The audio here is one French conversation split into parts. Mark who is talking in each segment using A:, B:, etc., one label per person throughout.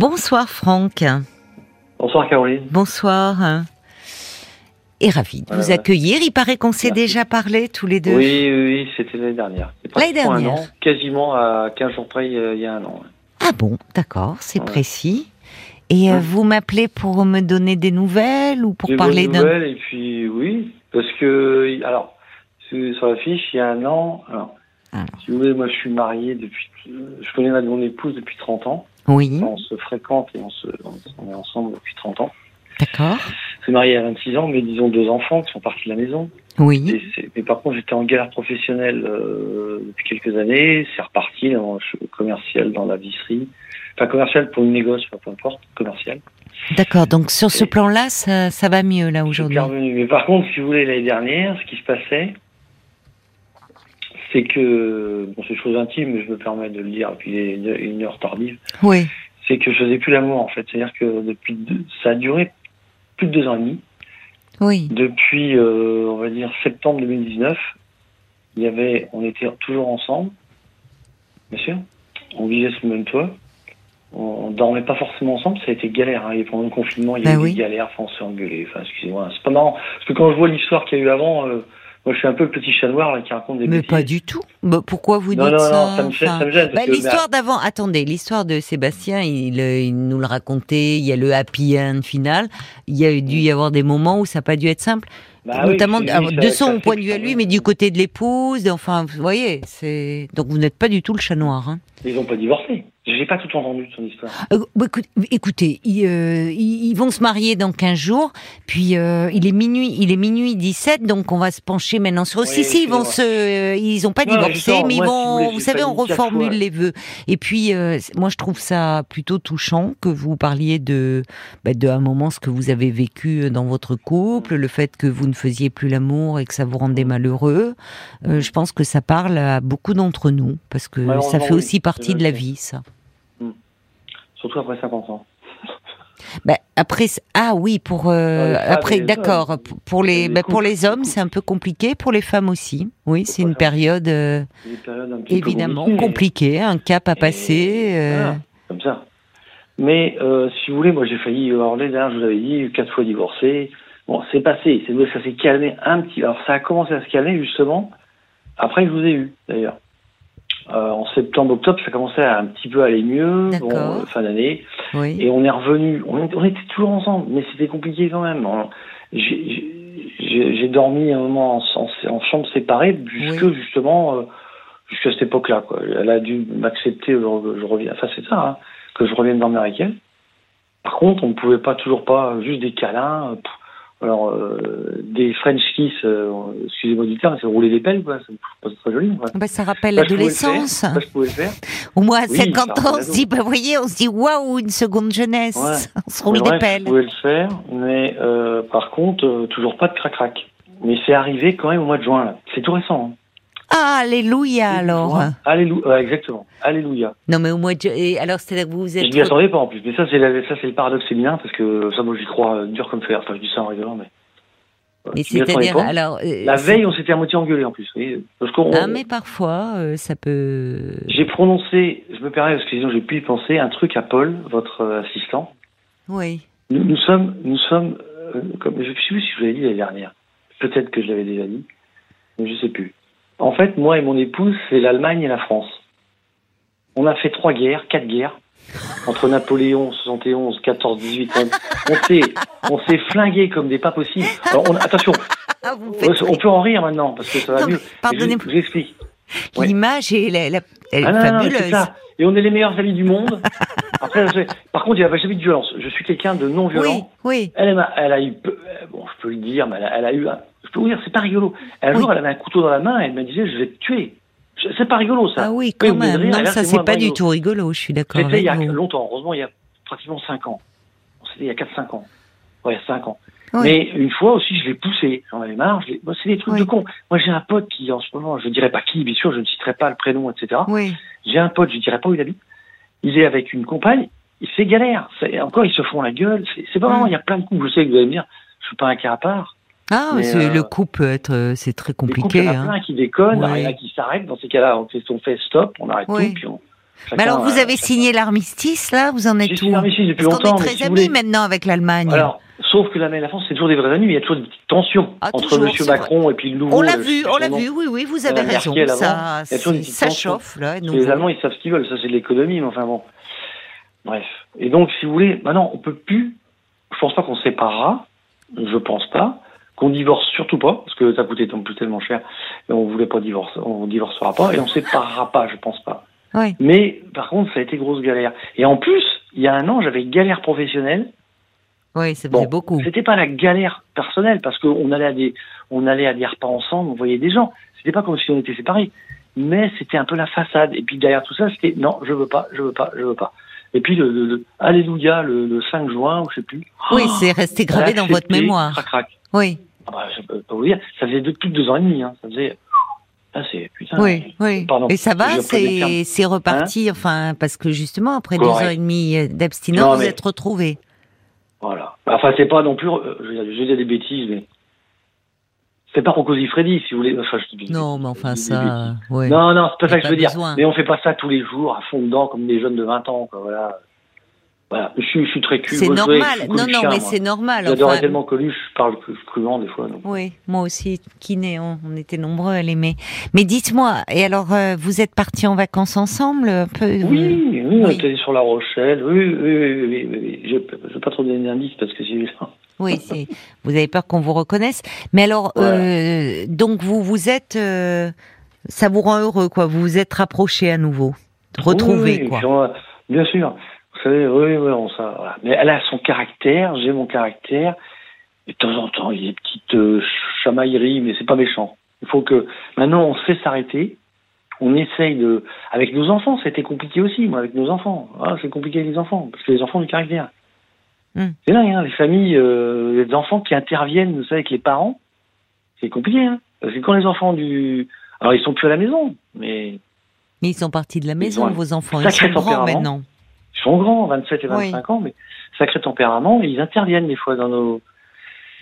A: Bonsoir Franck.
B: Bonsoir Caroline.
A: Bonsoir. Et ravi de
B: Ouais,
A: vous
B: ouais.
A: accueillir. Il paraît qu'on s'est
B: Euh, Merci.
A: déjà parlé tous les deux.
B: Oui, oui, oui, c'était l'année dernière. C'est
A: L'année
B: pratiquement
A: dernière.
B: Un an, quasiment à 15 jours près, euh, il y a un an.
A: Ah bon, d'accord, c'est
B: Ouais.
A: précis. Et euh,
B: Ouais.
A: vous m'appelez pour me donner des nouvelles ou pour
B: Des
A: parler
B: bonnes
A: d'un...
B: nouvelles, Et puis, oui, parce que, alors, sur sur la fiche, il y a un an. Alors,
A: Alors.
B: si vous voulez, moi, je suis marié depuis. Je connais ma- mon épouse depuis 30 ans.
A: Oui,
B: On se fréquente et on, se, on- on est ensemble depuis 30 ans.
A: d'accord.
B: Je suis marié à 26 ans, mais disons deux enfants qui sont partis de la maison.
A: Oui,
B: Et c'est- mais par contre, j'étais en galère professionnelle euh, depuis quelques années. C'est reparti. là, je suis commercial dans la visserie. Enfin, commercial pour une négoce, enfin, peu importe, commercial.
A: d'accord. Donc sur ce
B: Et-
A: plan-là, ça, ça va mieux là aujourd'hui.
B: Je suis revenu. Mais par contre, si vous voulez, l'année dernière, ce qui se passait, c'est que, bon, c'est chose intime, mais je me permets de le dire, et puis il est une- une heure tardive,
A: Oui,
B: c'est que je faisais plus l'amour, en fait. C'est-à-dire que depuis deux- ça a duré plus de deux ans et demi.
A: oui,
B: Depuis, euh, on va dire, septembre 2019, il y avait, on était toujours ensemble, bien sûr. On vivait sous le même toit. On, on dormait pas forcément ensemble, ça a été galère. hein. Et pendant le confinement, il y a
A: Bah
B: eu
A: oui.
B: des galères, enfin, on s'est engueulé. Enfin, excusez-moi, c'est pas marrant. Parce que quand je vois l'histoire qu'il y a eu avant, euh, moi je suis un peu le petit chat noir là, qui raconte des
A: mais
B: bêtises.
A: pas du tout. Bah, pourquoi vous
B: non,
A: dites
B: non,
A: ça
B: non, ça me, fait,
A: enfin
B: ça me gêne.
A: Bah,
B: parce que,
A: l'histoire d'avant, attendez, l'histoire de Sébastien, il, euh, il nous le racontait, il y a le happy end final, il y a dû y avoir des moments où ça n'a pas dû être simple,
B: bah, bah oui,
A: notamment
B: puis lui,
A: alors,
B: ça-
A: de
B: ça
A: son
B: fait
A: point
B: que
A: de vue à
B: ça-
A: lui, mais du côté de l'épouse, enfin, vous voyez, c'est... Donc vous n'êtes pas du tout le chat noir. hein.
B: Ils ont pas divorcé. J'ai pas tout entendu de son histoire.
A: Euh, bah, écoute- écoutez, ils, euh, ils ils vont se marier dans 15 jours, puis euh, il est minuit il est minuit 17, donc on va se pencher maintenant sur...
B: Oui,
A: si, si, ils vont se...
B: excusez-moi.
A: euh, ils n'ont pas
B: Non,
A: divorcé,
B: justement,
A: mais ils
B: moi, si
A: vont...
B: vous voulez,
A: vous
B: j'ai
A: savez,
B: pas
A: on
B: dit quatre
A: reformule
B: fois.
A: les vœux. Et puis, euh, c- moi, je trouve ça plutôt touchant que vous parliez de, bah, de un moment ce que vous avez vécu euh, dans votre couple, le fait que vous ne faisiez plus l'amour et que ça vous
B: Mm.
A: rendait malheureux. Euh, je pense que ça parle à beaucoup d'entre nous, parce que ça
B: Malheureusement,
A: fait
B: oui,
A: aussi partie
B: je
A: de la
B: sais.
A: vie, ça.
B: Surtout après 50 ans.
A: Bah, après, c- ah oui, pour euh,
B: les femmes
A: après,
B: et les
A: d'accord,
B: hommes.
A: pour- pour les,
B: Et les
A: bah, pour
B: couples,
A: les hommes,
B: les
A: c'est un peu compliqué, pour les femmes aussi. Oui, c'est une
B: faire.
A: période euh,
B: Des périodes un petit peu
A: évidemment
B: compliquées.
A: compliquée, un cap à
B: Et-
A: passer. euh,
B: voilà, comme ça. Mais euh, si vous voulez, moi j'ai failli. euh, Alors l'année dernière, je vous avais dit quatre fois divorcé. Bon, c'est passé. C'est ça s'est calmé un petit. Alors ça a commencé à se calmer justement après que je vous ai eu d'ailleurs. Euh, en septembre, octobre, ça commençait à un petit peu aller mieux. Bon,
A: D'accord.
B: euh, fin d'année.
A: oui,
B: Et on est revenu. On, est- on était toujours ensemble, mais c'était compliqué quand même. On- j'ai- J'ai j'ai- j'ai dormi un moment en, en- en chambre séparée jusque
A: Oui.
B: justement euh, jusqu'à cette époque-là. quoi. Elle a dû m'accepter. Je, je reviens. Enfin, c'est ça hein, que je revienne dormir avec elle. Par contre, on ne pouvait pas toujours pas euh, juste des câlins. euh, pff, alors euh, des French kiss. euh, Excusez-moi du terme, c'est rouler des pelles. quoi. C'est pas très joli. quoi.
A: Bah, ça rappelle
B: Ça, je pouvais le faire.
A: l'adolescence.
B: Ça, je pouvais le faire.
A: Au moins à
B: Oui,
A: 50
B: ça
A: ans, on
B: rappelle
A: se dit, bah, vous voyez, on se dit, waouh, une seconde jeunesse,
B: Ouais.
A: on se roule
B: C'est vrai
A: des
B: que Je
A: pelles.
B: pouvais le faire, mais euh, par contre, euh, toujours pas de crac-crac. Mais c'est arrivé quand même au mois de juin. là. C'est tout récent. hein.
A: Ah, alléluia alors.
B: Ouais. Alléluia. ouais, exactement. Alléluia.
A: Non, mais au moins, de- et alors c'est-à-dire que vous vous
B: Je
A: êtes.
B: m'y attendais pas en plus. Mais ça, c'est la- ça, c'est le paradoxe féminin parce que ça, moi, j'y crois euh, dur comme fer. Enfin, je dis ça en rigolant, mais. euh,
A: Mais
B: je m'y attendais
A: c'est-à-dire,
B: pas.
A: alors. euh,
B: La
A: c'est-
B: veille, on s'était à moitié engueulé en plus. vous voyez. Parce qu'on.
A: Ah, mais parfois, euh, ça peut.
B: J'ai prononcé, je me permets parce que sinon j'ai pu y penser, un truc à Paul, votre euh, assistant.
A: Oui.
B: Nous, nous sommes, nous sommes, euh, comme je ne sais plus si je vous l'avais dit l'année dernière. Peut-être que je l'avais déjà dit, mais je ne sais plus. En fait, moi et mon épouse, c'est l'Allemagne et la France. On a fait trois guerres, quatre guerres, entre Napoléon 71, 14, 18. On, on s'est, on s'est flingués comme des pas possibles. Alors, on- attention,
A: Ah, vous me faites
B: on peut en rire maintenant parce que ça va
A: Non, mais
B: mieux.
A: pardonnez-moi.
B: Je- J'explique. Ouais.
A: L'image est, la, la- elle est
B: Ah non, non, non, c'est
A: fabuleuse.
B: ça. Et on est les meilleurs amis du monde. Après, je- par contre, il n'y a pas jamais de violence. Je suis quelqu'un de non violent.
A: oui, oui.
B: Elle, elle a, elle a eu, peu- euh, bon, je peux le dire, mais elle a, elle a eu, un- je peux vous dire, c'est pas rigolo. Un
A: Oui.
B: jour, elle avait un couteau dans la main et elle me disait, je vais te tuer. Je- C'est pas rigolo, ça.
A: Ah oui,
B: Oui,
A: quand
B: vous
A: même.
B: devriez
A: Non,
B: aller,
A: ça,
B: c'est
A: c'est
B: moins
A: pas
B: rigolo.
A: du tout rigolo, je suis d'accord
B: C'était il
A: avec
B: y a
A: vous.
B: longtemps, heureusement, il y a pratiquement 5 ans. On s'était il y a 4-5 ans. Ouais, 5 ans.
A: Oui.
B: Mais une fois aussi, je l'ai poussé. J'en avais marre. je l'ai- moi, c'est des trucs
A: Oui.
B: de con. Moi, j'ai un pote qui, en ce moment, je ne dirais pas qui, bien sûr, je ne citerai pas le prénom, etc.
A: Oui,
B: J'ai un pote, je ne dirais pas où il habite. Il est avec une compagne, il fait galère. C'est- Encore, ils se font la gueule. C'est- C'est pas
A: Mm.
B: vraiment, il y a plein de coups. Je sais que vous allez me dire, je suis pas un cas à part.
A: ah,
B: Mais,
A: c'est-
B: euh,
A: le coup peut être, euh, c'est très
B: Des
A: compliqué.
B: couples, Il y en a
A: hein.
B: plein qui déconnent,
A: Ouais.
B: il y en a qui s'arrêtent. Dans ces cas-là, on euh, fait, on fait stop, on arrête
A: Ouais.
B: tout, puis on,
A: Mais alors, vous avez signé l'armistice, là Vous en
B: hein, J'ai
A: êtes
B: signé
A: où
B: l'armistice depuis
A: Parce qu'on
B: longtemps.
A: est
B: mais
A: très
B: si vous
A: amis
B: voulez-
A: maintenant avec l'Allemagne.
B: Alors, sauf que l'Allemagne et la France, c'est toujours des vrais amis, mais il y a toujours des petites tensions
A: Ah,
B: entre
A: toujours,
B: Monsieur
A: c'est vrai.
B: Macron et puis le nouveau.
A: on l'a
B: euh,
A: vu,
B: je sais
A: on
B: son
A: l'a
B: nom.
A: vu, oui, oui, vous avez
B: Madame
A: raison. Ça,
B: Merkel, avant, il y a toujours une
A: c'est-
B: petite
A: ça
B: tension.
A: chauffe, là.
B: Parce que
A: nouveau.
B: Les Allemands, ils savent ce qu'ils veulent, ça c'est de l'économie, mais enfin bon. Bref. Et donc, si vous voulez, maintenant, on peut plus. Je pense pas qu'on se séparera, je pense pas. Qu'on divorce surtout pas, parce que ça coûtait tant- tellement cher, et on voulait pas divorcer, on divorcera pas, et on se séparera pas, je pense pas.
A: Ouais.
B: Mais par contre, ça a été grosse galère. Et en plus, il y a un an, j'avais galère professionnelle,
A: Oui, ça faisait
B: Bon.
A: beaucoup.
B: c'était pas la galère personnelle parce qu'on allait à des on allait à des repas ensemble, on voyait des gens. C'était pas comme si on était séparés, mais c'était un peu la façade. Et puis derrière tout ça, c'était non, je veux pas, je veux pas, je veux pas. Et puis le, le- le- alléluia le, le 5 juin, ou je sais plus.
A: Oui,
B: Oh,
A: c'est resté
B: on a
A: gravé dans votre
B: accepté,
A: mémoire.
B: Crac, crac.
A: Oui,
B: Ah bah, je peux pas vous dire, ça faisait deux- plus de deux ans et demi. hein. Ça faisait ah c'est putain.
A: oui, oui.
B: Pardon,
A: Et ça
B: je
A: va,
B: reprends des
A: c'est
B: termes.
A: c'est reparti, enfin, parce que justement, après deux
B: Hein Correct.
A: ans et demi euh,
B: Non,
A: d'abstinence, vous
B: mais-
A: êtes retrouvés.
B: Voilà. Enfin, c'est pas non plus. euh, je, vais dire- je vais dire des bêtises, mais c'est pas Rocco Freddy, si vous voulez. Enfin, je dis-
A: Non, mais enfin,
B: je dis des
A: ça, euh, ouais.
B: Non, non, c'est pas
A: Y a
B: ça que
A: pas
B: je veux dire.
A: besoin.
B: Mais on fait pas ça tous les jours à fond dedans comme des jeunes de 20 ans. Quoi, voilà. voilà. Je, suis- je suis très cul.
A: c'est
B: moi, je voulais- je
A: normal.
B: suis
A: Non, non,
B: coluchien,
A: mais
B: moi.
A: c'est normal.
B: J'adorais
A: enfin.
B: tellement Coluche, je parle cru- crûment des fois. donc.
A: Oui, moi aussi, kiné, on, on était nombreux à l'aimer. Mais dites-moi, et alors, euh, vous êtes partis en vacances ensemble un peu
B: Oui, oui, on
A: Mm-hmm. Oui.
B: était sur La Rochelle. Oui, oui, oui. oui, oui, oui. Je ne veux pas trop donner d'indices parce que j'ai
A: Oui, c'est- vous avez peur qu'on vous reconnaisse. Mais alors, euh, donc vous vous êtes, euh, ça vous rend heureux, quoi. Vous vous êtes rapprochés à nouveau, retrouvés,
B: Oui, oui, et
A: quoi.
B: puis on a- bien sûr. Vous savez, oui, oui, on ça. voilà. Mais elle a son caractère, j'ai mon caractère. Et de temps en temps, il y a des petites euh, chamailleries, mais c'est pas méchant. Il faut que maintenant on sait s'arrêter. On essaye de. Avec nos enfants, c'était compliqué aussi, moi, avec nos enfants. Ah, c'est compliqué avec les enfants, parce que les enfants ont du caractère.
A: Hmm.
B: C'est dingue, hein, les familles, euh, les enfants qui interviennent, vous savez, avec les parents, c'est compliqué, hein. Parce que quand les enfants du. Alors, ils sont plus à la maison, mais
A: Mais ils sont partis de la maison,
B: ont un
A: vos enfants. Ils
B: sacré
A: sont grands
B: tempérament.
A: maintenant.
B: ils sont grands, 27 et
A: Oui.
B: 25 ans, mais sacré tempérament, et ils interviennent des fois dans nos...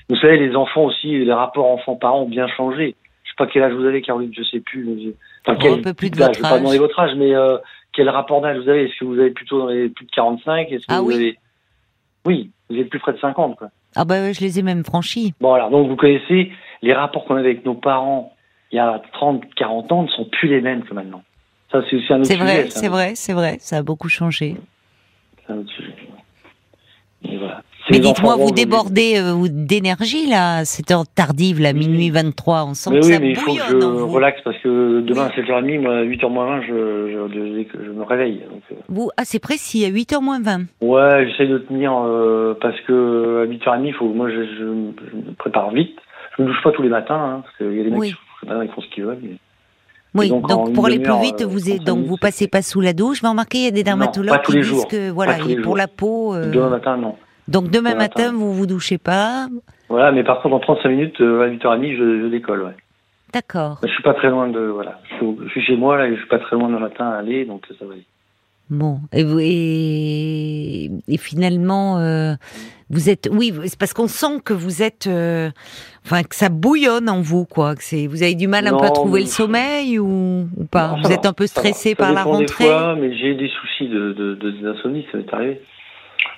B: Vous savez, les enfants aussi, les rapports enfants-parents ont bien changé. Je sais pas quel âge vous avez, Caroline, je sais plus. mais je- Enfin,
A: Oh, un peu plus de
B: âge,
A: votre
B: Je vais
A: âge.
B: pas demander votre âge, mais euh, quel rapport d'âge vous avez Est-ce que vous avez plutôt dans les plus de 45 Est-ce que
A: Ah
B: vous
A: oui.
B: avez... Oui, vous êtes plus près de 50, quoi.
A: Ah bah ouais, je les ai même franchis.
B: Bon, alors, donc vous connaissez, les rapports qu'on avait avec nos parents il y a 30, 40 ans ne sont plus les mêmes que maintenant. Ça, c'est aussi un autre
A: C'est
B: sujet.
A: vrai,
B: ça.
A: c'est vrai, c'est vrai. Ça a beaucoup changé.
B: C'est un autre sujet. Et voilà. C'est
A: Mais
B: les
A: dites-moi,
B: enfants
A: vous
B: grands aujourd'hui.
A: débordez euh, vous- d'énergie là, à cette heure tardive, là,
B: Oui.
A: minuit 23, on sent
B: Mais
A: que
B: oui,
A: ça
B: mais il faut que
A: bouillonne
B: je
A: en vous.
B: relaxe parce que demain
A: Oui.
B: à 7h30, moi, à 8h moins 20, je, je, je- je me réveille. Donc, euh,
A: Vous- Ah, c'est précis, à 8h moins 20.
B: ouais, j'essaie de tenir euh, parce que à 8h30, il faut, moi, je, je, je me prépare vite. Je me douche pas tous les matins, hein, parce qu'il y a des mecs
A: Oui.
B: qui font- maintenant, ils font ce qu'ils veulent. mais-
A: Oui,
B: Et
A: donc,
B: donc, en une
A: pour aller plus
B: demi-heure,
A: vite,
B: euh,
A: vous êtes,
B: 35
A: donc vous
B: minutes,
A: passez pas sous la douche. Mais remarquez, il y a des dermatologues
B: pas tous
A: qui
B: les
A: disent
B: jours.
A: que voilà,
B: tous
A: et
B: les
A: pour
B: jours.
A: la peau. euh,
B: Demain matin, non.
A: donc demain
B: demain
A: matin,
B: matin.
A: vous vous douchez pas.
B: Voilà, mais par contre, en 35 minutes, euh, à 8h30, je, je décolle. Ouais.
A: D'accord.
B: Mais Je suis pas très loin de. Voilà. Je, suis au- je suis chez moi, là, et je suis pas très loin le matin à aller, donc ça va aller.
A: Bon, et, vous- et, et finalement, euh, vous êtes. Oui, c'est parce qu'on sent que vous êtes. euh, enfin, que ça bouillonne en vous, quoi. Que c'est. Vous avez du mal un peu à
B: Non,
A: trouver
B: mais
A: le
B: je-
A: sommeil ou, ou pas.
B: Non, ça
A: vous
B: va,
A: êtes un peu
B: Ça va.
A: stressé
B: Ça
A: par la
B: dépend
A: rentrée.
B: Des fois, mais j'ai des soucis de de- de- d'insomnie, ça m'est arrivé.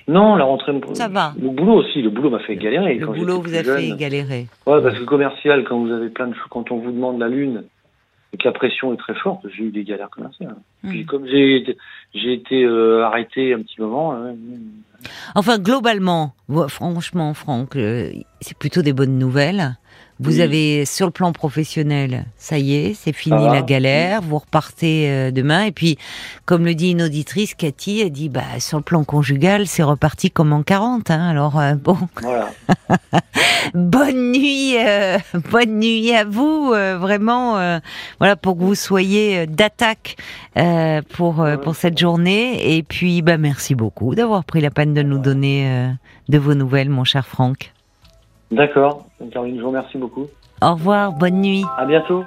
B: Non, la rentrée. me-
A: Ça va.
B: Le boulot aussi, le boulot m'a fait galérer.
A: Le
B: quand
A: boulot
B: j'étais
A: vous
B: plus
A: a fait
B: jeune.
A: galérer.
B: Ouais, parce que commercial, quand vous avez plein de choses, quand on vous demande la lune et que la pression est très forte, j'ai eu des galères commerciales. Puis
A: Hmm.
B: comme j'ai été- j'ai été euh, arrêté un petit moment, euh,
A: Enfin, globalement, vo- franchement, Franck, euh, c'est plutôt des bonnes nouvelles. Vous
B: Oui.
A: avez, sur le plan professionnel, ça y est, c'est fini
B: Ça va,
A: la galère, vous repartez euh, demain. Et puis, comme le dit une auditrice, Cathy, elle dit, bah, sur le plan conjugal, c'est reparti comme en 40. Hein, alors, euh, bon,
B: voilà.
A: bonne nuit, euh, bonne nuit à vous, euh, vraiment, euh, voilà, pour que vous soyez euh, d'attaque euh, pour, euh, pour cette journée. Et puis, bah, merci beaucoup d'avoir pris la peine de nous donner euh, de vos nouvelles, mon cher Franck.
B: D'accord. Caroline, je vous remercie beaucoup.
A: Au revoir, bonne nuit.
B: À bientôt.